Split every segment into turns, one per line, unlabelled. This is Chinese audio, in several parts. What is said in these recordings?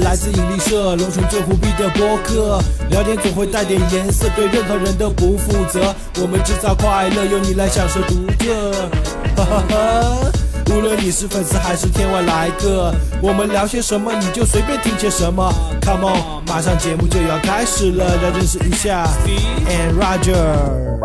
来自引力社，龙泉最虎逼的播客，聊天总会带点颜色，对任何人都不负责。我们制造快乐，由你来享受独特， 哈哈哈。无论你是粉丝还是天外来客，我们聊些什么你就随便听些什么。Come on，马上节目就要开始了，来认识一下 Steve and Roger。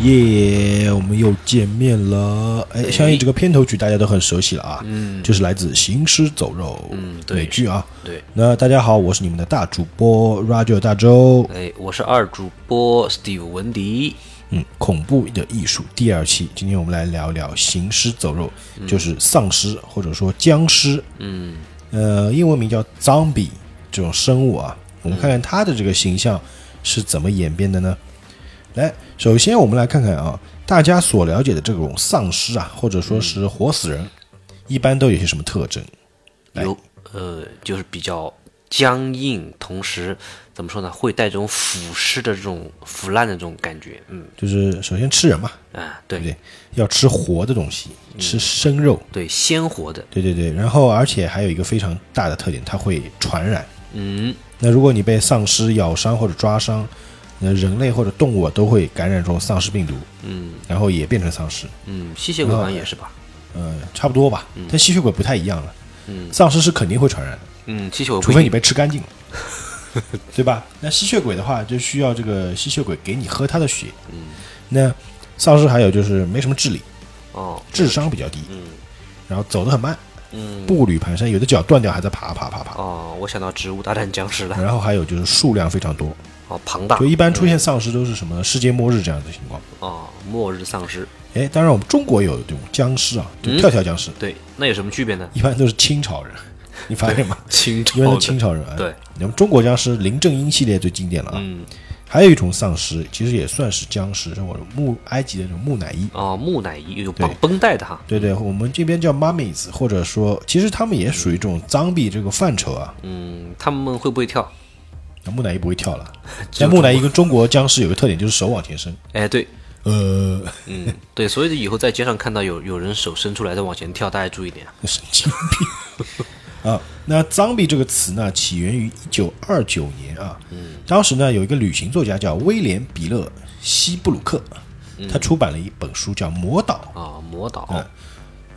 耶我们又见面了。哎，相信这个片头曲大家都很熟悉了啊，嗯，就是来自《行尸走肉》
嗯对
美剧啊。
对，
那大家好，我是你们的大主播 Roger 大周，
哎，我是二主播 Steve 文迪。
嗯，恐怖的艺术第二期，今天我们来聊聊《行尸走肉》，就是丧尸或者说僵尸，
嗯
呃，英文名叫 zombie 这种生物啊，我们看看它的这个形象是怎么演变的呢？来，首先我们来看看啊，大家所了解的这种丧尸啊，或者说是活死人，一般都有些什么特征？哎
有呃，就是比较僵硬，同时怎么说呢，会带这种腐蚀的这种腐烂的这种感觉。嗯
就是首先吃人嘛，
啊，
对不
对
对？要吃活的东西，吃生肉，
对，鲜活的，
对对对。然后而且还有一个非常大的特点，它会传染。
嗯，
那如果你被丧尸咬伤或者抓伤，那人类或者动物啊都会感染这种丧尸病毒，
嗯
然后也变成丧尸。
嗯，吸血鬼好像也是吧？
嗯，差不多吧。但吸血鬼不太一样了，
嗯
丧尸是肯定会传染的，
嗯，吸血鬼
除
不
非
一
你
定
被吃干 净了，对吧？那吸血鬼的话，就需要这个吸血鬼给你喝他的血。嗯，那丧尸还有就是没什么智力，
哦，
智商比较低，
嗯
然后走得很慢，
嗯
步履蹒跚，有的脚断掉还在爬爬爬爬。
哦，我想到《植物大战僵尸》了，
然后还有就是数量非常多，
哦，庞大
啊就一般出现丧尸都是什么世界末日这样的情况。
哦，末日丧尸，
哎，当然我们中国有这种僵尸啊，就
嗯
跳跳僵尸，
对，那有什么区别呢？
一般都是清朝人， 你发现吗？
清
因为
朝
是清朝人。哎
哦对，
那么中国僵尸林正英系列最经典了啊。
嗯
还有一种丧尸，其实也算是僵尸，是我们木埃及的那种木乃伊。
哦，木乃伊有
对
绑绷带的哈，
对对，我们这边叫 mummies，或者说，其实他们也属于这种 zombie 这个范畴啊。
嗯，他们会不会跳？
那木乃伊不会跳 了，
只
但
有
木乃伊跟中国僵尸有个特点，就是手往前伸。
哎，对，
呃，
嗯，对，所以以后在街上看到有有人手伸出来在往前跳，大家注意点。
神经病 啊！那 zombie 这个词呢，起源于一九二九年啊。当时呢，有一个旅行作家叫威廉·比勒·希布鲁克，他出版了一本书叫《魔岛》。
啊，魔导，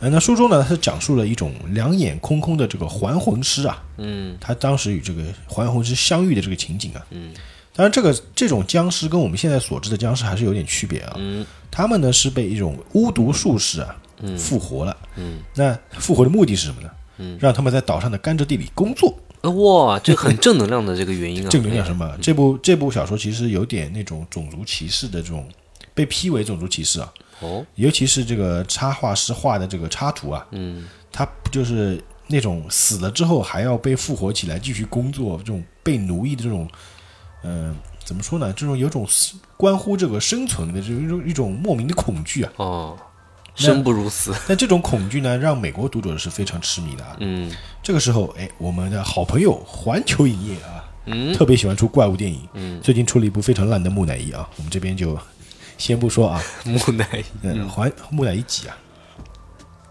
呃，那书中呢，它讲述了一种两眼空空的这个还魂师啊，
嗯
他当时与这个还魂师相遇的这个情景啊。
嗯
当然，这个这种僵尸跟我们现在所知的僵尸还是有点区别啊。
嗯
他们呢是被一种巫毒术士啊复活了。
嗯，
那复活的目的是什么呢？嗯，让他们在岛上的甘蔗地里工作，
呃哇，这很正能量的这个原因啊，
正能量什么？这部这部小说其实有点那种种族歧视的这种，被批为种族歧视啊。
哦，
尤其是这个插画师画的这个插图啊，
嗯，
他就是那种死了之后还要被复活起来继续工作，这种被奴役的这种，嗯、怎么说呢？这种有种关乎这个生存的这种一种一种莫名的恐惧啊。
哦，生不如死，
但这种恐惧呢，让美国读者是非常痴迷的啊。
嗯
这个时候，哎，我们的好朋友环球影业啊，
嗯
特别喜欢出怪物电影，最近出了一部非常烂的木乃伊啊，我们这边就先不说啊，
木乃伊，
嗯，环木乃伊几啊？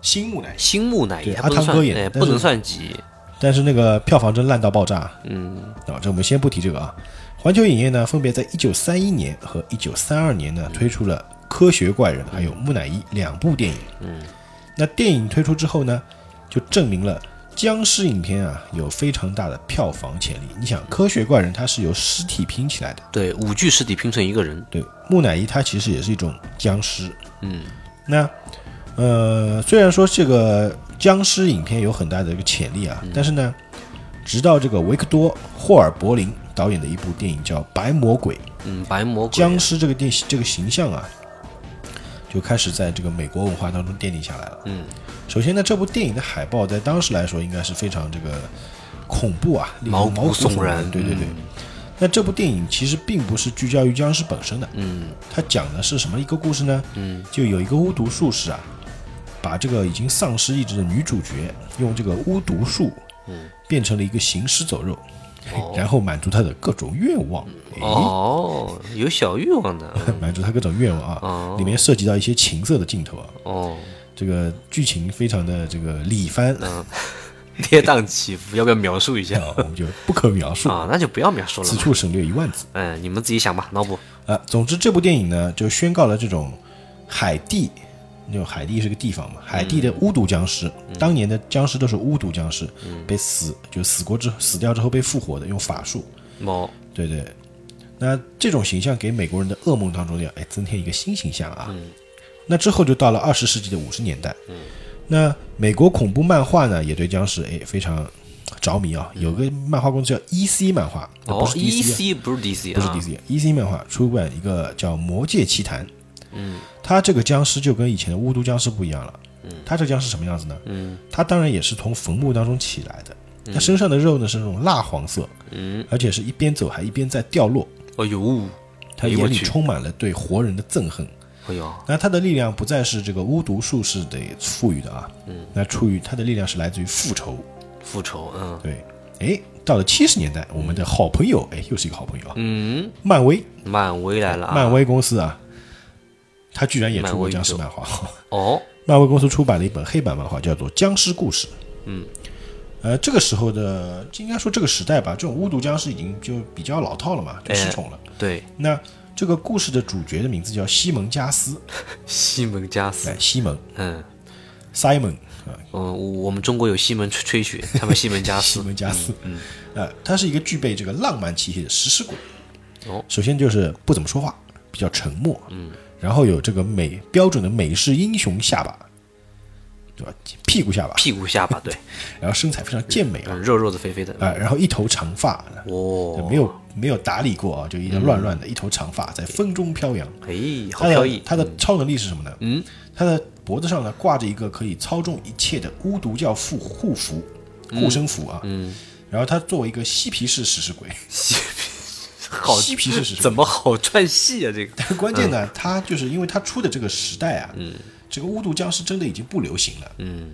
新木乃伊，
新木乃伊，
对
还不
阿
能
汤哥演
算，
的
哎，
但是
不能算几，
但是那个票房真烂到爆炸，
嗯
啊，这我们先不提这个啊。环球影业呢，分别在一九三一年和一九三二年呢推出了《科学怪人》还有《木乃伊》两部电影。嗯，那电影推出之后呢，就证明了僵尸影片啊有非常大的票房潜力。你想，《科学怪人》它是由尸体拼起来的，
对，五具尸体拼成一个人，
对，《木乃伊》它其实也是一种僵尸。
嗯
那呃，虽然说这个僵尸影片有很大的一个潜力啊，但是呢，直到这个维克多·霍尔伯林导演的一部电影叫《白魔鬼》，
嗯，白魔鬼，
僵尸这个电这个形象啊，就开始在这个美国文化当中奠定下来了。
嗯，
首先呢，这部电影的海报在当时来说应该是非常这个恐怖啊，令人
毛
毛
骨
骨
悚
悚
然嗯
对对对。那这部电影其实并不是聚焦于僵尸本身的，
嗯
它讲的是什么一个故事呢？
嗯，
就有一个巫毒术士啊，把这个已经丧失意志的女主角用这个巫毒术，嗯，变成了一个行尸走肉，然后满足她的各种愿望。诶
哦，有小欲望的，
满足他各种愿望啊，里面涉及到一些情色的镜头啊，
哦，
这个剧情非常的这个李翻，
跌宕起伏，要不要描述一下
啊，我们就不可描 述，
啊？那就不要描述了
此
嘛，
处省略一万字
嗯，你们自己想吧，脑补。
啊。总之，这部电影呢，就宣告了这种海地，就海地是个地方嘛，海地的巫毒僵尸，当年的僵尸都是巫毒僵尸，被死就死过之后死掉之后被复活的，用法术，
猫，
对对，那这种形象给美国人的噩梦当中要哎增添一个新形象啊。
嗯
那之后就到了二十世纪的五十年代，那美国恐怖漫画呢也对僵尸哎非常着迷啊。有个漫画公司叫 EC 漫画，那
哦
不是
，E
DC，、
C 不是 D C
不是
啊，
DC，EC、漫画出版一个叫《魔界奇谭》。嗯，他这个僵尸就跟以前的巫毒僵尸不一样了。嗯，他这僵尸什么样子呢？嗯，他当然也是从坟墓当中起来的。
嗯
他身上的肉呢是那种蜡黄色，嗯，而且是一边走还一边在掉落。
哎呦，
他
哎呦我
眼里
去
充满了对活人的憎恨。
哎呦，
那他的力量不再是这个巫毒术士的赋予的啊，嗯，那出于他的力量是来自于复仇。
复仇，嗯
对，哎，到了七十年代，我们的好朋友，哎，又是一个好朋友啊，
嗯，
漫威，
漫威来了啊，
漫威公司啊，他居然也出
漫
过
威
僵
宇
尸
宙
漫画。
哦，
漫威公司出版了一本黑板漫画，叫做《僵尸故事》。嗯，呃，这个时候的应该说这个时代吧，这种巫毒僵尸已经就比较老套了嘛，就失
哎
宠了。
对，
那这个故事的主角的名字叫西蒙加斯，
西门加斯
哎，，西蒙
嗯
Simon 啊，
嗯，我我们中国有西门吹吹雪，他们西门加
西
斯，
蒙加斯，嗯，呃，他是一个具备这个浪漫气息的食尸鬼。
哦
首先就是不怎么说话，比较沉默，嗯，然后有这个美标准的美式英雄下巴，对吧？屁股下巴，
屁股下巴， 对，
然后身材非常健美啊，
嗯肉肉的肥肥的，
啊、然后一头长发，就
哦，
没有没有打理过啊，就一条乱乱的，一头长发在风中飘扬。
哎，好
他
飘
的
逸，
他的超能力是什么呢？嗯，他的脖子上呢挂着一个可以操纵一切的巫毒教护护符、护身符啊。嗯，然后他作为一个嬉皮士食尸鬼，
好，
嬉皮士食尸
怎么好串戏啊？这个，
鬼，关键呢，他就是因为他出的这个时代啊，嗯，这个巫毒僵尸真的已经不流行了，嗯。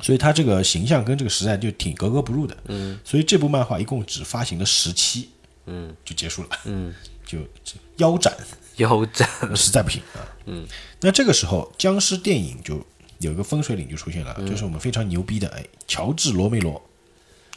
所以他这个形象跟这个时代就挺格格不入的，嗯，所以这部漫画一共只发行了十期，嗯，就结束了，嗯，就就腰斩，
腰斩，
实在不行啊。嗯，那这个时候僵尸电影就有一个分水岭就出现了，就是我们非常牛逼的哎，乔治罗梅罗，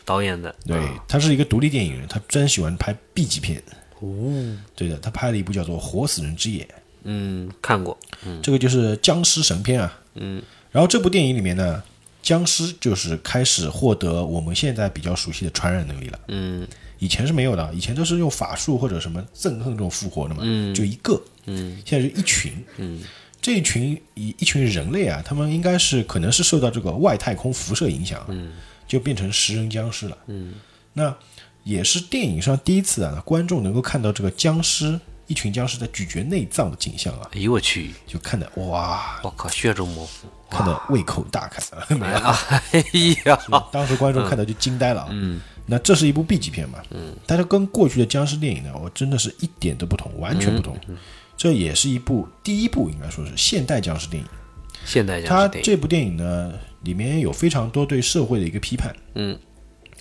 导演的，
对，他是一个独立电影人，他专喜欢拍 B 级片。哦，对的，他拍了一部叫做《活死人之夜
嗯，看过，》，
这个就是僵尸神片啊。嗯，然后这部电影里面呢，僵尸就是开始获得我们现在比较熟悉的传染能力了。
嗯，
以前是没有的，以前都是用法术或者什么憎恨这种复活的嘛，就一个，嗯，现在就一群，嗯，这一群一一群人类啊，他们应该是可能是受到这个外太空辐射影响，嗯，就变成食人僵尸了，嗯，那也是电影上第一次啊，观众能够看到这个僵尸一群僵尸在咀嚼内脏的景象啊，
哎呦我去，
就看得哇，
我靠，血肉 模糊，
看得胃口大开，没有
哎呀，
当时观众看到就惊呆了啊。嗯，那这是一部 B 级片嘛？嗯，但是跟过去的僵尸电影呢，我真的是一点都不同，完全不同。这也是一部第一部，应该说是现代僵尸电影。
现代僵
它
尸电影，
这部电影呢，里面有非常多对社会的一个批判。
嗯，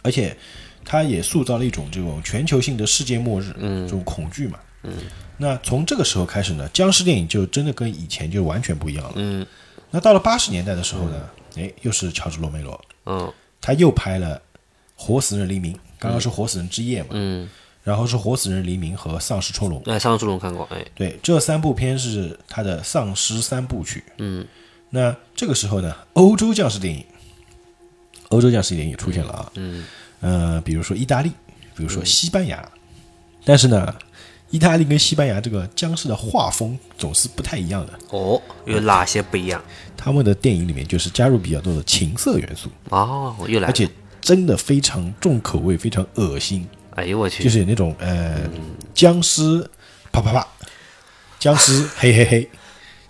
而且它也塑造了一种这种全球性的世界末日，嗯，这种恐惧嘛。嗯，那从这个时候开始呢，僵尸电影就真的跟以前就完全不一样了。
嗯，
那到了八十年代的时候呢，哎，又是乔治罗梅罗。
嗯
他又拍了《活死人黎明》，刚刚是《活死人之夜》嘛，
嗯，
然后是《活死人黎明》和《丧尸冲龙》。
哎，上次龙看过，哎，
对，这三部片是他的丧尸三部曲。
嗯，
那这个时候呢，欧洲僵尸电影，欧洲僵尸电影也出现了啊。嗯，呃，比如说意大利，比如说西班牙，但是呢，意大利跟西班牙这个僵尸的画风总是不太一样的。
哦，
嗯
有哪些不一样？
他们的电影里面就是加入比较多的情色元素，
哦，又
而
来了，
且真的非常重口味，非常恶心。
哎呦我去，
就是有那种呃僵尸啪啪啪，僵尸嘿嘿嘿，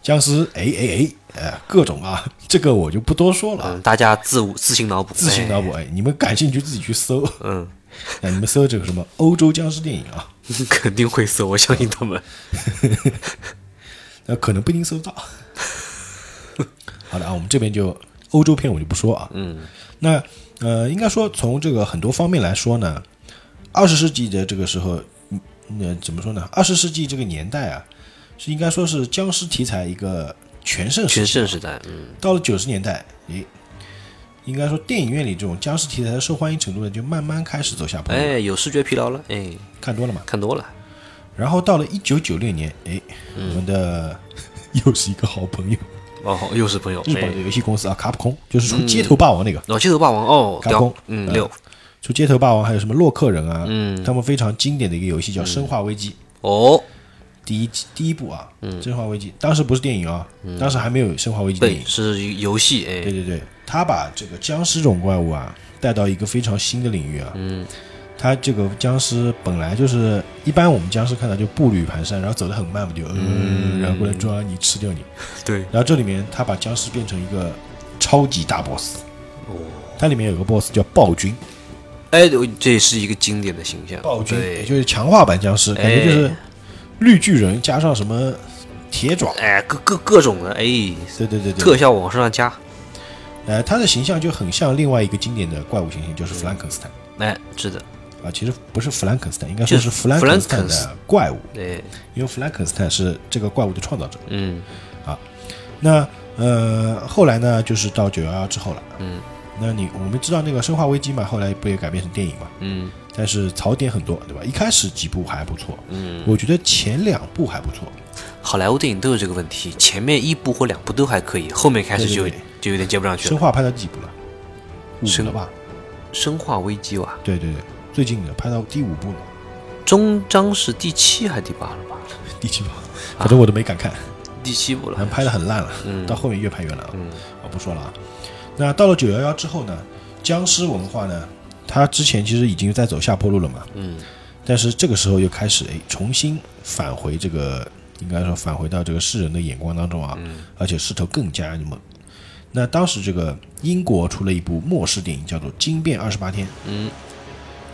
僵尸哎哎哎，呃各种啊，这个我就不多说了，啊，
嗯，大家自我自行脑补，
自行
哎
脑补，哎，你们感兴趣自己去搜，
嗯，
哎，你们搜这个什么欧洲僵尸电影啊，
哎 肯定会死，我相信他们。
那可能不一定搜得到。 好的啊，我们这边就欧洲片我就不说啊。
嗯，
那呃，应该说从这个很多方面来说呢，二十世纪的这个时候，嗯，呃，怎么说呢？二十世纪这个年代啊，是应该说是僵尸题材一个全盛时
全
期。
盛时代，嗯，
到了九十年代，诶，应该说电影院里这种僵尸题材的受欢迎程度呢，就慢慢开始走下坡路。
哎，有视觉疲劳了，哎，
看多了嘛。
看多了，
然后到了一九九六年，哎，
嗯
我们的 又是一个好朋友，
哦，又是朋友，
日
哎
本的游戏公司啊，卡普
嗯
空，就是出《街头霸王》那个，
哦，街头霸王哦，
卡
屌
工，
嗯，六，
出《街头霸王》，还有什么洛克人啊，
嗯，
他们非常经典的一个游戏叫《生化危机》，
哦，
第一集第一部啊，生化危机》当时不是电影啊，当时还没有《生化危机》电
嗯对，
影。
是游戏，
对
哎，
对对，他把这个僵尸这种怪物啊带到一个非常新的领域啊。
嗯，
他这个僵尸本来就是一般我们僵尸看到就步履蹒跚，然后走得很慢嘛，就嗯，然后过来抓你吃掉你。
对，
然后这里面他把僵尸变成一个超级大 boss。它
哦
里面有个 boss 叫暴君，
哎，这是一个经典的形象，
暴君也
对，哎
就是强化版僵尸，感觉就是绿巨人加上什么铁爪，
哎，各各各种的，哎，
对对对对，
特效往上加，
呃，他的形象就很像另外一个经典的怪物形象，就是弗兰肯斯坦
哎，是的，
啊。其实不是弗兰肯斯坦，应该说是
就是
弗兰肯斯坦
弗兰
的怪物，
哎，
因为弗兰肯斯坦是这个怪物的创造者。
嗯，
那呃，后来呢，就是到九幺幺之后了。
嗯，
那你我们知道那个《生化危机》嘛，后来不也改编成电影嘛？
嗯，
但是槽点很多，对吧？一开始几部还不错，
嗯，
我觉得前两部还不错，
好莱坞电影都有这个问题，前面一部或两部都还可以，后面开始就
对对
就有点接不上去
生
了。
化拍到第几部了？五
生
了吧？
生化危机吧，
对对对，最近的拍到第五部了，
终章是第七还是第八了吧？
第七部，反正我都没敢看。
第七部
好像
了，
拍的很烂了，到后面越拍越烂了。我不说了啊。那到了九幺幺之后呢，僵尸文化呢，它之前其实已经在走下坡路了嘛，
嗯，
但是这个时候又开始哎重新返回这个，应该说返回到这个世人的眼光当中啊，而且势头更加猛。那当时这个英国出了一部末世电影，叫做《惊变二十八天》。嗯，《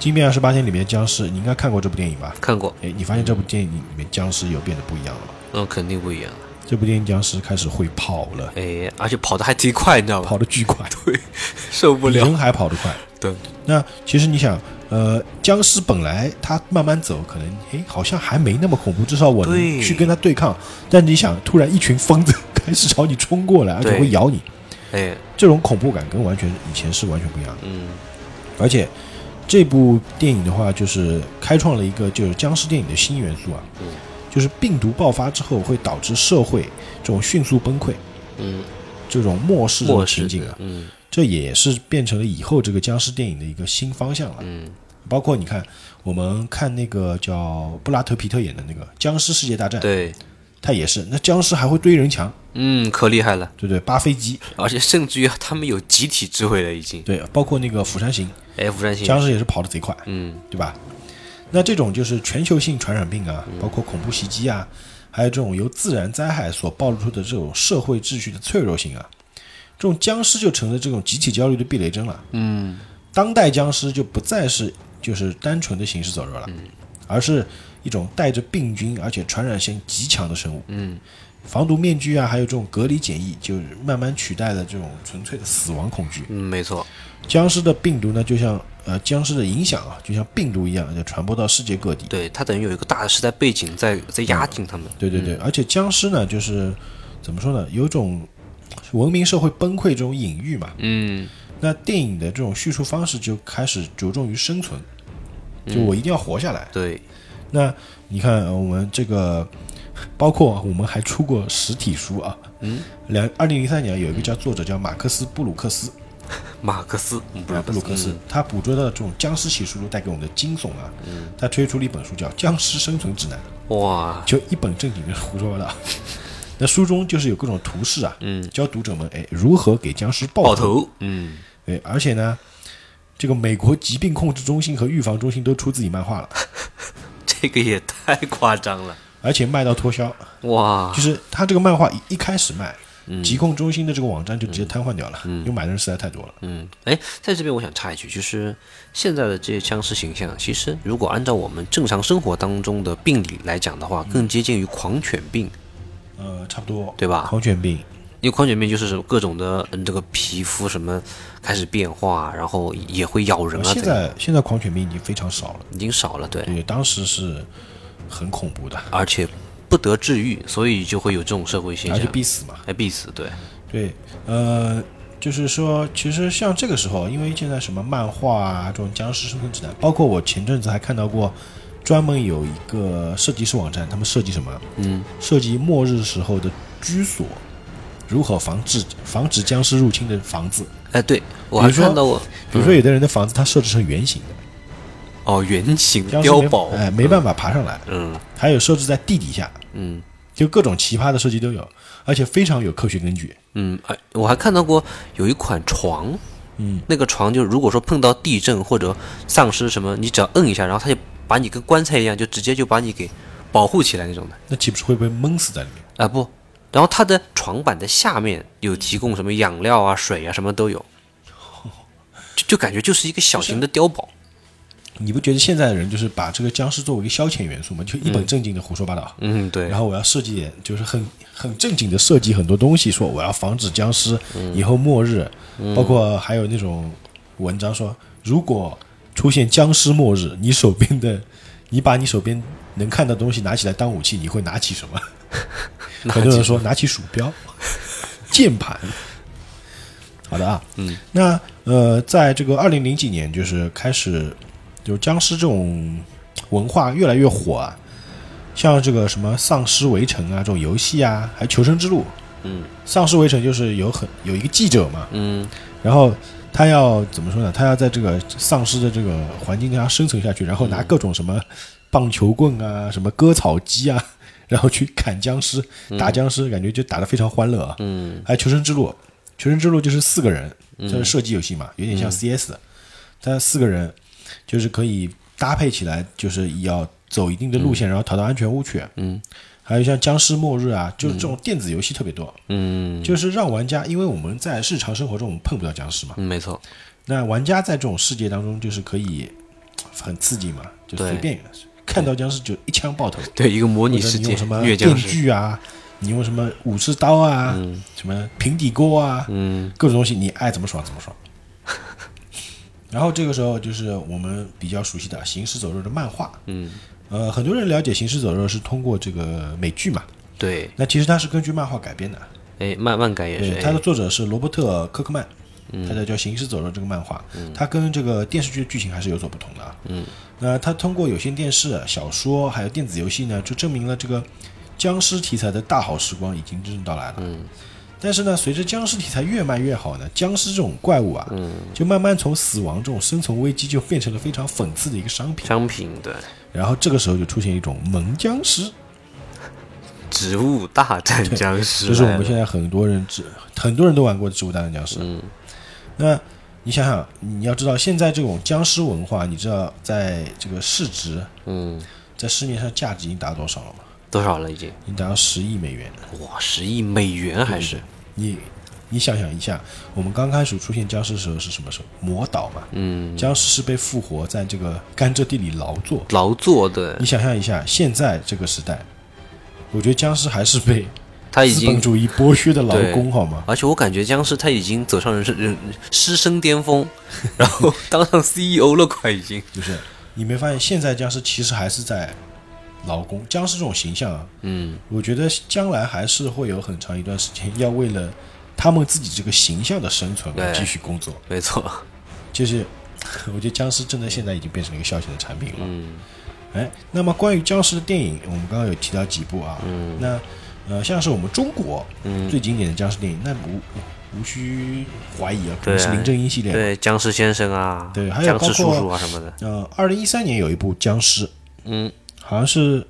惊变二十八天》里面的僵尸，你应该看过这部电影吧？
看过，
哎，你发现这部电影里面僵尸有变得不一样了吗？
那肯定不一样了。
这部电影僵尸开始会跑了。
哎，而且跑得还挺快，你知道吧？
跑得巨快，
受不
比
了。
人还跑得快。
对，
那其实你想，呃，僵尸本来它慢慢走，可能诶好像还没那么恐怖，至少我能
对
去跟它对抗。但你想，突然一群疯子 开始朝你冲过来，而且
对
会咬你，
哎，
这种恐怖感跟完全以前是完全不一样的。
嗯，
而且这部电影的话，就是开创了一个就是僵尸电影的新元素啊，
嗯
就是病毒爆发之后会导致社会这种迅速崩溃，
嗯，
这种末世这种
末
情
世
景啊
的，，嗯
这也是变成了以后这个僵尸电影的一个新方向了。
嗯，
包括你看，我们看那个叫布拉德皮特演的那个《僵尸世界大战》，
对，
他也是，那僵尸还会堆人墙，
嗯，可厉害了，
对不对？扒飞机，
而且甚至于他们有集体智慧了，已经。
对，包括那个《釜山行
哎，釜山》，行，
僵尸也是跑得贼快，
嗯，
对吧？那这种就是全球性传染病啊，
嗯
包括恐怖袭击啊，还有这种由自然灾害所暴露出的这种社会秩序的脆弱性啊，这种僵尸就成了这种集体焦虑的避雷针了。
嗯，
当代僵尸就不再是就是单纯的行尸走肉了，
嗯
而是一种带着病菌而且传染性极强的生物。
嗯，
防毒面具啊，还有这种隔离检疫，就是慢慢取代了这种纯粹的死亡恐惧。
嗯，没错，
僵尸的病毒呢，就像呃僵尸的影响啊，就像病毒一样，就传播到世界各地。
对他等于有一个大的时代背景在在压紧他们。
对对对，而且僵尸呢，就是怎么说呢，有种呃文明社会崩溃这种隐喻嘛。
嗯，
那电影的这种叙述方式就开始着重于生存，就我一定要活下来。
对，
那你看，呃我们这个 包括我们还出过实体书啊。嗯，两二零零三年有一个叫作者叫马克思布鲁克斯
马克思，嗯
啊，布鲁克斯，他捕捉到这种僵尸奇书带给我们的惊悚啊。
嗯
他推出了一本书叫《僵尸生存指南》，
哇，
就一本正经的胡说八道。 那书中就是有各种图示啊，
嗯，
教读者们哎如何给僵尸爆
爆
头，
头，嗯，
哎，而且呢，这个美国疾病控制中心和预防中心都出自己漫画了，
这个也太夸张了，
而且卖到脱销，
哇
就，是他这个漫画一一开始卖，
嗯
疾控中心的这个网站就直接瘫痪掉了，因为买的人实在太多了。
嗯，哎，在这边我想插一句，就是现在的这些僵尸形象，其实如果按照我们正常生活当中的
嗯
病理来讲的话，更接近于狂犬病，
呃，差不多，
对吧
狂犬病，
因为狂犬病就是各种的嗯这个皮肤什么开始变化，然后也会咬人啊，
现
这个
在现在狂犬病已经非常少了，
已经少了，对，
对，当时是很恐怖的，
而且不得治愈，所以就会有这种社会现
而且
象，
必死嘛。
哎，必死，对，
对，呃，就是说，其实像这个时候，因为现在什么漫画啊，这种僵尸生存指南，包括我前阵子还看到过，专门有一个设计师网站，他们设计什么？
嗯，
设计末日时候的居所，如何防治防止僵尸入侵的房子。
哎，对我
比
还
如说
看到过，
比如说，有的人的房子它设置成圆形的，
哦，圆形
僵尸
碉
没
堡，
哎，没办法爬上来。
嗯
还有设置在地底下，
嗯
就各种奇葩的设计都有，而且非常有科学根据。
嗯，哎，我还看到过有一款床，
嗯，
那个床就如果说碰到地震或者丧尸什么，你只要摁一下，然后它就把你跟棺材一样，就直接就把你给保护起来那种的。
那岂不是会被闷死在里面？
啊不，然后它的床板的下面有提供什么养料啊、水啊，什么都有，就就感觉就是一个小型的碉堡。
你不觉得现在的人就是把这个僵尸作为一个消遣元素吗？就一本正经的胡说八道。
嗯，对
然，后我要设计点，就是很很正经的设计很多东西，说我要防止僵尸以后末日，包括还有那种文章说，如果出现僵尸末日，你手边的，你把你手边能看到的东西拿起来当武器，你会拿起什 么？很多人说拿起鼠标、键盘。好的啊，嗯，那呃，在这个二零零几年，就是开始，就僵尸这种文化越来越火啊，像这个什么《丧尸围城》啊这种游戏啊，还有《求生之路》。
嗯，
《丧尸围城》就是有很有一个记者嘛，
嗯
然后他要怎么说呢？他要在这个丧尸的这个环境下生存下去，然后
嗯
拿各种什么棒球棍啊、什么割草机啊， 然后去砍僵尸、打僵尸，感觉就打得非常欢乐啊。
嗯
还有《求生之路》，《求生之路》就是四个人，这是射击游戏嘛，有点
嗯
像 CS，、但四个人就是可以搭配起来，就是要走一定的路线，然后逃到安全屋去。
嗯
还有像僵尸末日啊，就是这种电子游戏特别多，
嗯
就是让玩家，因为我们在日常生活中我们碰不到僵尸嘛，
嗯，没错，
那玩家在这种世界当中就是可以嘖很刺激嘛，就
对
随便看到僵尸就一枪爆头，
对，一个模
或
拟
者
世
你
界
用什么
虐
电
僵尸，
锯啊，你用什么武士刀啊，什么平底锅啊，
嗯
各种东西你爱怎么爽怎么爽。然后这个时候就是我们比较熟悉的《行尸走肉》的漫画，
嗯，
呃，很多人了解《行尸走肉》是通过这个美剧嘛，
对，
那其实它是根据漫画改编的，
哎，漫漫改也
对，
是，
它
哎
的作者是罗伯特·科克曼，他的叫《行尸走肉》这个漫画，
嗯
它跟这个电视剧的剧情还是有所不同的啊。嗯，那它通过有线电视、啊小说还有电子游戏呢，就证明了这个僵尸题材的大好时光已经真正到来了。嗯，但是呢，随着僵尸题材越卖越好呢，僵尸这种怪物啊，
嗯
就慢慢从死亡这种生存危机就变成了非常讽刺的一个商品。
商品对，
然后这个时候就出现一种萌僵尸，
植物大战僵尸来
这
了，
是我们现在很多人知，很多人都玩过的《植物大战僵尸》。嗯，那你想想，你要知道，现在这种僵尸文化，你知道在这个市值，
嗯
在市面上价值已经达到多少了吗？
多少了已经？
已经达到十亿美元了。
哇，十亿美元还是？
你你想想一下，我们刚开始出现僵尸的时候是什么时候？魔岛嘛，
嗯，
僵尸是被复活在这个甘蔗地里劳作。
劳作的
你，想象一下，现在这个时代，我觉得僵尸还是被
他已
资本
经，
主义剥削的劳
对
工，好吗？
而且我感觉僵尸他已经走上人生人师生巅 峰，然后当上 CEO 了，快已经。
就是你没发现现在僵尸其实还是在劳工，僵尸这种形象啊，
嗯，
我觉得将来还是会有很长一段时间要为了他们自己这个形象的生存而
对
继续工作。
没错，
就是 我觉得僵尸真的现在已经变成了一个消遣的产品了。
嗯
哎，那么关于僵尸的电影，我们刚刚有提到几部啊，
嗯
那呃像是我们中国
嗯，
最经典的僵尸电影，那无无需怀疑啊，肯
对啊
定是林正英系列。
对，僵尸先生啊，
对还有
僵尸
包
叔
括
叔啊什么的，
呃，二零一三年有一部僵尸，
嗯，
好像是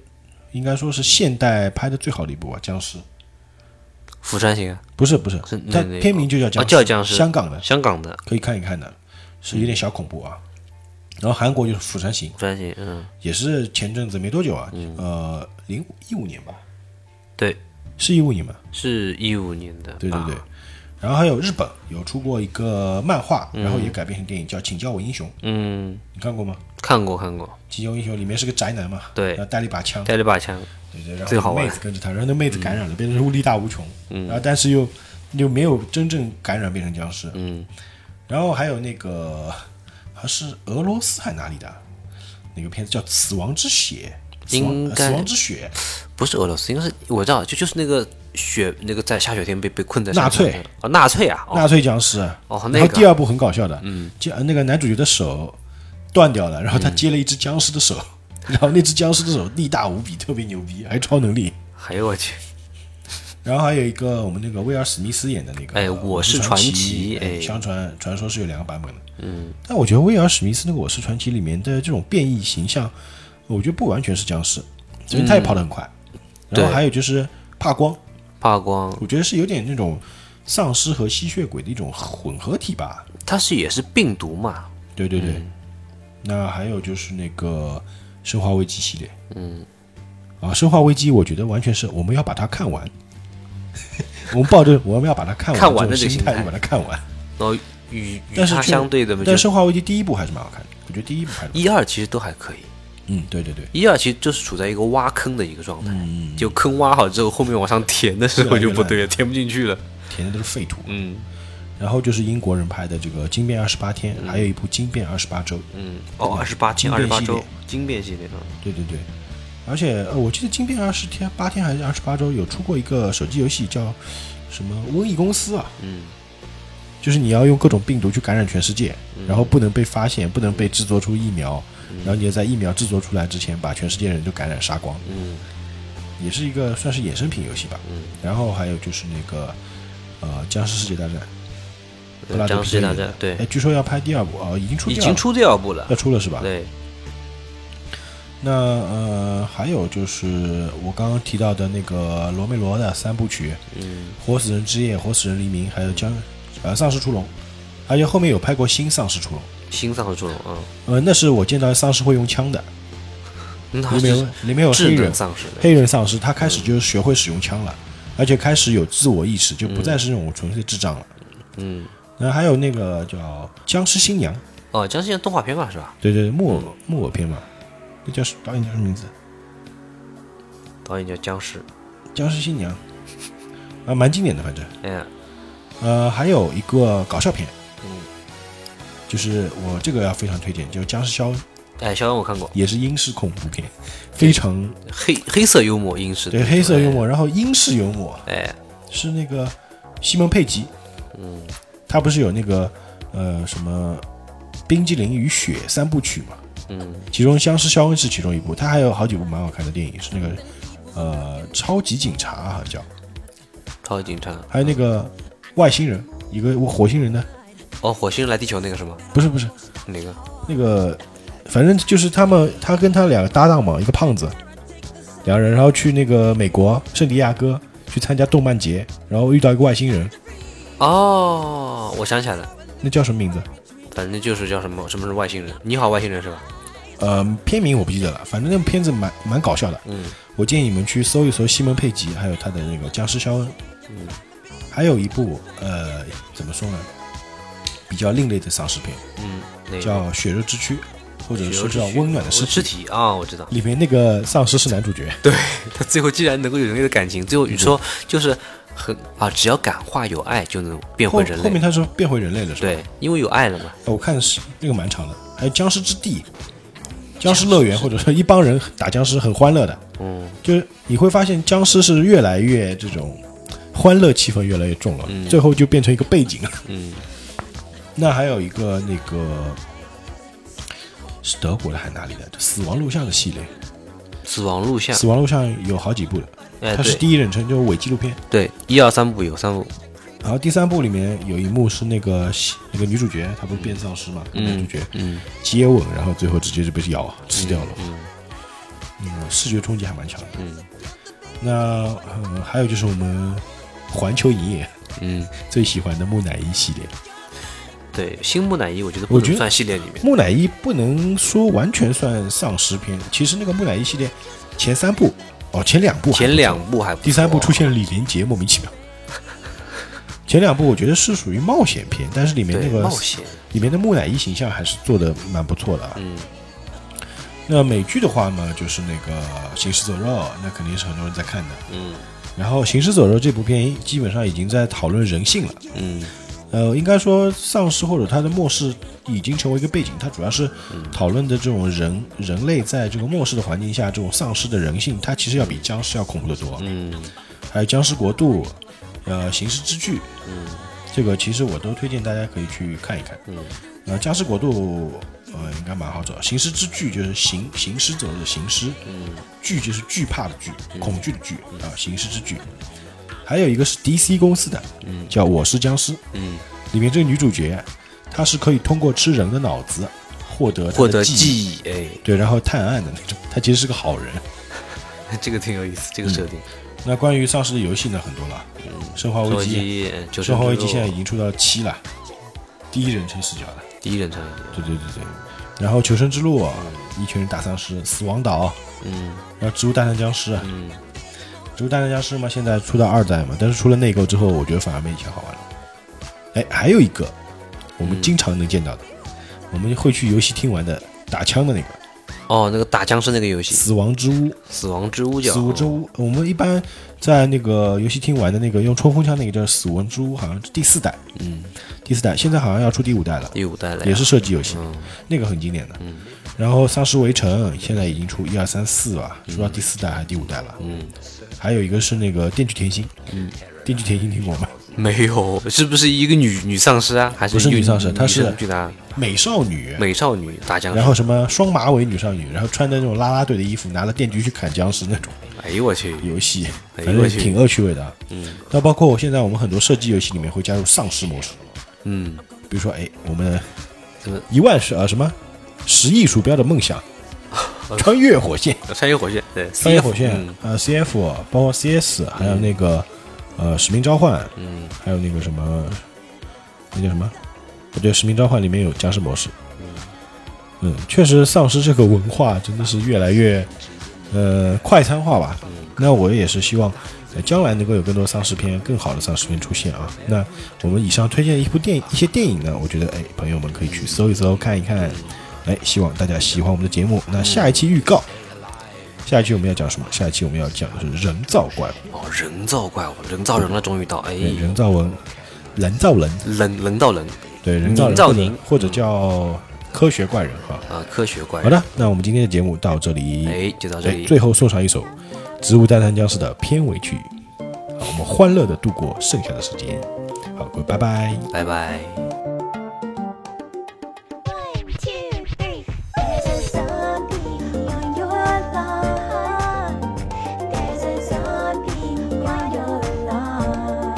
应该说是现代拍的最好的一部啊，僵尸
釜山行啊，
不是不是
是，那
它
那个
片名就叫僵
啊叫僵尸
香港的
香港的
可以看一看的，是有点小恐怖啊。然后韩国就是《釜山行》，
釜山行，嗯，
也是前阵子没多久啊，呃，零一五年吧，
对，
是一五年吧？
是一五年的，
对对对
啊，。
然后还有日本有出过一个漫画，然后也改编成电影，叫《请叫我英雄》，
嗯，
你看过吗？
看过看过，
《请叫我英雄》里面是个宅男嘛，
对
然后带了一把枪，
带了把枪，
对对，然
最好
后
玩嗯
妹子跟着他，然后那妹子感染了，变成力大无穷，然后但是又就没有真正感染变成僵尸。嗯，然后还有那个还是俄罗斯还哪里的那个片子叫《死亡之血》，死亡
应
呃
该
死亡之血，
不是俄罗斯，应该是我知道，就就是那个雪，那个在下雪天被被困在
纳粹
山上的哦，纳粹啊，哦
纳粹僵尸。
哦那
然后第
个
二部很搞笑的，嗯，那个男主角的手断掉了，然后
嗯
他接了一只僵尸的手，然后那只僵尸的手力大无比，特别牛逼，还超能力。
哎呦我去，
然后还有一个我们那个威尔史密斯演的那个，
哎
呃
我是
传
传奇哎
相传传说是有两个版本的，嗯，但我觉得威尔史密斯那个《我是传奇》里面的这种变异形象，我觉得不完全是僵尸，因为他也跑得很快，然后
嗯对
还有就是怕光，
怕光，
我觉得是有点那种丧尸和吸血鬼的一种混合体吧，
它是也是病毒嘛，
对对对，
嗯
那还有就是那个《生化危机》系列，嗯，啊，《生化危机》我觉得完全是我们要把它看完， 我们抱着我们要把它看完
看完的
这种
这
心
个心态
就把它看完。
然后与与
但是
它
确
相对的嘛，
但
就
《生化危机》第一部还是蛮好看的，我觉得第一部还是
一二其实都还可以，
嗯，对对对，
一二其实就是处在一个挖坑的一个状态，
嗯
就坑挖好之后，后面往上填的时候
啊
就不对了，填不进去了。
填的都是废土。
嗯，
然后就是英国人拍的这个《惊变二十八天》，还有一部《惊变二十八周》。
嗯，哦，二十八天，
惊
二十
变
八
系列
周，惊变系列的，
对对对，而且呃，我记得《惊变二十天八天还是二十八周》有出过一个手机游戏叫什么《瘟疫公司》啊，
嗯，
就是你要用各种病毒去感染全世界，
嗯
然后不能被发现，不能被制作出疫苗，然后你要在疫苗制作出来之前把全世界人都感染杀光，
嗯，
也是一个算是衍生品游戏吧。
嗯，
然后还有就是那个呃《僵尸世界大战》，布拉德
呃僵
皮
尸
特
大
演的
战，对
哎，，据说要拍第二部啊、已经出
已
第二
经
部
出第二部了
要，出了是吧？
对，
那呃，还有就是我刚刚提到的那个罗梅罗的三部曲，
嗯，
《活死人之夜》《活死人黎明》，还有将呃《丧尸出笼》，而且后面有拍过新《丧尸出笼》，
新上出了啊，
呃，那是我见到丧尸会用枪的，
嗯那
里面有
是
里面有黑
智
人
能丧尸的，
黑人丧尸，他开始就是学会使用枪了，而且开始有自我意识，就不再是那种纯粹的智障了。
嗯，
然后还有那个叫《僵尸新娘》，
哦，僵尸像动画片嘛是吧？
对对，对木
嗯
偶木偶片嘛，那叫什导演叫什么名字？
导演叫僵尸，
《僵尸新娘》啊，蛮经典的，反正。
哎，
呃，还有一个搞笑片，
嗯，
就是我这个要非常推荐，就《僵尸肖恩》，
哎，肖恩我看过，
也是英式恐怖片，非常
黑黑色幽默英式的，
对黑色幽默，然后英式幽默
哎，
是那个西蒙佩吉，
嗯，
他不是有那个呃什么冰激凌与雪三部曲嘛，
嗯，
其中《僵尸肖恩》是其中一部，他还有好几部蛮好看的电影，是那个呃超级警察好像叫，
超级警察，
还有那个外星人，一个火星人的，
哦，火星人来地球那个是吗？
不是不是
哪个？
那个，反正就是他们，他跟他两个搭档嘛，一个胖子，两人，然后去那个美国圣地亚哥去参加动漫节，然后遇到一个外星人，
哦，我想起来了，
那叫什么名字？
反正就是叫什么什么是外星人，你好外星人是吧？
呃，片名我不记得了，反正那部片子蛮蛮搞笑的。
嗯，
我建议你们去搜一搜西蒙佩吉，还有他的那个《僵尸肖恩》。
嗯，
还有一部呃，怎么说呢，比较另类的丧尸片，
嗯，那个
叫《血肉之躯》，或者说叫
叫
《温暖的尸
尸
体》。
体啊，我知道。
里面那个丧尸是男主角，
他最后既然能够有人类的感情，最后你说就是很啊，只要感化有爱就能变
后
回人
后面
类。
他说变回人类了，是吧？
对，因为有爱了嘛。
我看是那个蛮长的，还有《僵尸之地》、《僵尸乐园》，或者说一帮人打僵尸很欢乐的，
嗯
就是你会发现僵尸是越来越这种欢乐气氛越来越重了，最后就变成一个背景了。
嗯，
那还有一个那个是德国的还是哪里的《死亡录像》的系列，
死亡录像
《死，亡录像》有好几部的，
哎，
它是
对
第一人称，就是伪纪录片。
对，一二三部有三部，
然后第三部里面有一幕是那个那个女主角，她不是变丧尸嘛，
嗯
女主角
嗯
接吻，然后最后直接就被咬吃掉了。嗯，视觉冲击还蛮强的。
嗯
那呃，还有就是我们环球影业
嗯，
最喜欢的木乃伊系列，
对，新木乃伊我觉得
我
不
觉
能
得
算系列里面。
木乃伊不能说完全算丧尸片，其实那个木乃伊系列前三部哦，前两部还不错
前两部还不错
第三部出现了李连杰，莫名其妙。前两部我觉得是属于冒险片，但是里面
对
那个
冒险，
里面的木乃伊形象还是做的蛮不错的啊。
嗯
那美剧的话嘛，就是那个《行尸走肉》，那肯定是很多人在看的。
嗯
然后《行尸走肉》这部片基本上已经在讨论人性了。
嗯
呃，应该说丧尸或者它的末世已经成为一个背景，它主要是讨论的这种人人类在这个末世的环境下，这种丧尸的人性，它其实要比僵尸要恐怖得多。
嗯
还有《僵尸国度》，呃，《刑事之剧》，嗯，这个其实我都推荐大家可以去看一看。嗯，呃，《僵尸国度》呃应该蛮好找，《刑事之剧》就是行行尸走肉的行尸，嗯，惧就是惧怕的惧，恐惧的惧啊，《行尸之剧》。还有一个是 DC 公司的，嗯，叫《我是僵尸》，
嗯，
里面这个女主角，她是可以通过吃人的脑子获得她的
获得
记忆，
记忆，哎，
对，然后探案的那种。她其实是个好人。
这个挺有意思，这个设定。
那关于丧尸的游戏呢，很多了，生化
生化
危
危
嗯机》。
机，呃求
生
生
化
之
危机
路
现在已经出到七了，第一人称视角了。
第一人称已经，
对对对对。然后求生之路，啊一群人打丧尸，死亡岛，
嗯
然后植物大战僵尸，啊
嗯，
植物大战僵尸嘛，现在出到二代嘛，但是出了内购之后，我觉得反而没以前好玩了。哎，还有一个我
嗯
们经常能见到的，我们会去游戏厅玩的打枪的那个《
哦，那个打僵尸那个游戏，
死亡之屋》。
死亡之屋叫
死亡之屋，我们一般在那个游戏厅玩的那个用冲锋枪那个叫死亡之屋，好像是第四代，
嗯，
第四代现在好像要出第五代了。
第五代了呀，
也是射击游戏，
嗯
那个很经典的。然后《丧尸围城》现在已经出一二三四了，出到第四代还是第五代了。
嗯，
还有一个是那个《电锯甜心》，嗯，《电锯甜心》听过吗？
没有， 是不是一个女女丧尸啊？还是
不是
一个
女丧尸她是
女的啊
美少女，
美少女打僵
然
尸。
后什么双马尾女少女，然后穿的那种啦啦队的衣服，拿着电锯去砍僵尸那种
哎呦我去，
游戏，
哎
反
我
正
去
挺恶趣味的啊。嗯，那包括我现在我们很多射击游戏里面会加入丧尸模式，
嗯，
比如说哎，我们
这个
一万是啊什么十亿鼠标的梦 想，穿越火线。
呃穿越火线，对，
穿越
CF
火线
嗯，
呃，CF 包括 CS，还有那个呃使命召唤，
嗯，
还有那个什么，那叫什么？我觉得使命召唤里面有僵尸模式。嗯，确实丧尸这个文化真的是越来越呃快餐化吧。
嗯
那我也是希望。呃将来能够有更多丧尸片，更好的丧尸片出现啊！那我们以上推荐的一部电影、一些电影呢，我觉得哎，朋友们可以去搜一搜、看一看。
嗯
哎，希望大家喜欢我们的节目。那下一期预告，下一期我们要讲什么？下一期我们要讲的是人造怪物，
哦，人造怪物，人造人了，终于到，哎，
对人造文，人造人，
人人造人
对，人造人
人造
或者
人
或者叫科学怪人哈。
啊，科学怪
好
人，
的，那我们今天的节目到这里，
哎，就到这
哎
里，
最后送上一首《植物大战僵尸》的片尾曲，好，我们欢乐的度过剩下的时间。好，各位，拜拜。
拜拜。
One, two, three. There's a zombie on your lawn.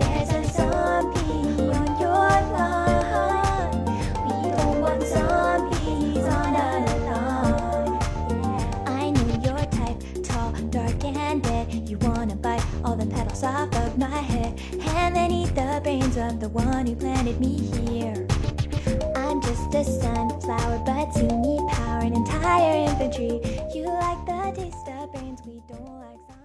There's a zombie on your lawn. There's a zombie on your lawn. We don't want zombies on our lawn. I know your type, tall, dark, and dead. You wanna bite all the petals off of my head, and then eat the brains of the one who planted me here. I'm just a sunflower, but you need power and entire infantry. You like the taste of brains, we don't like.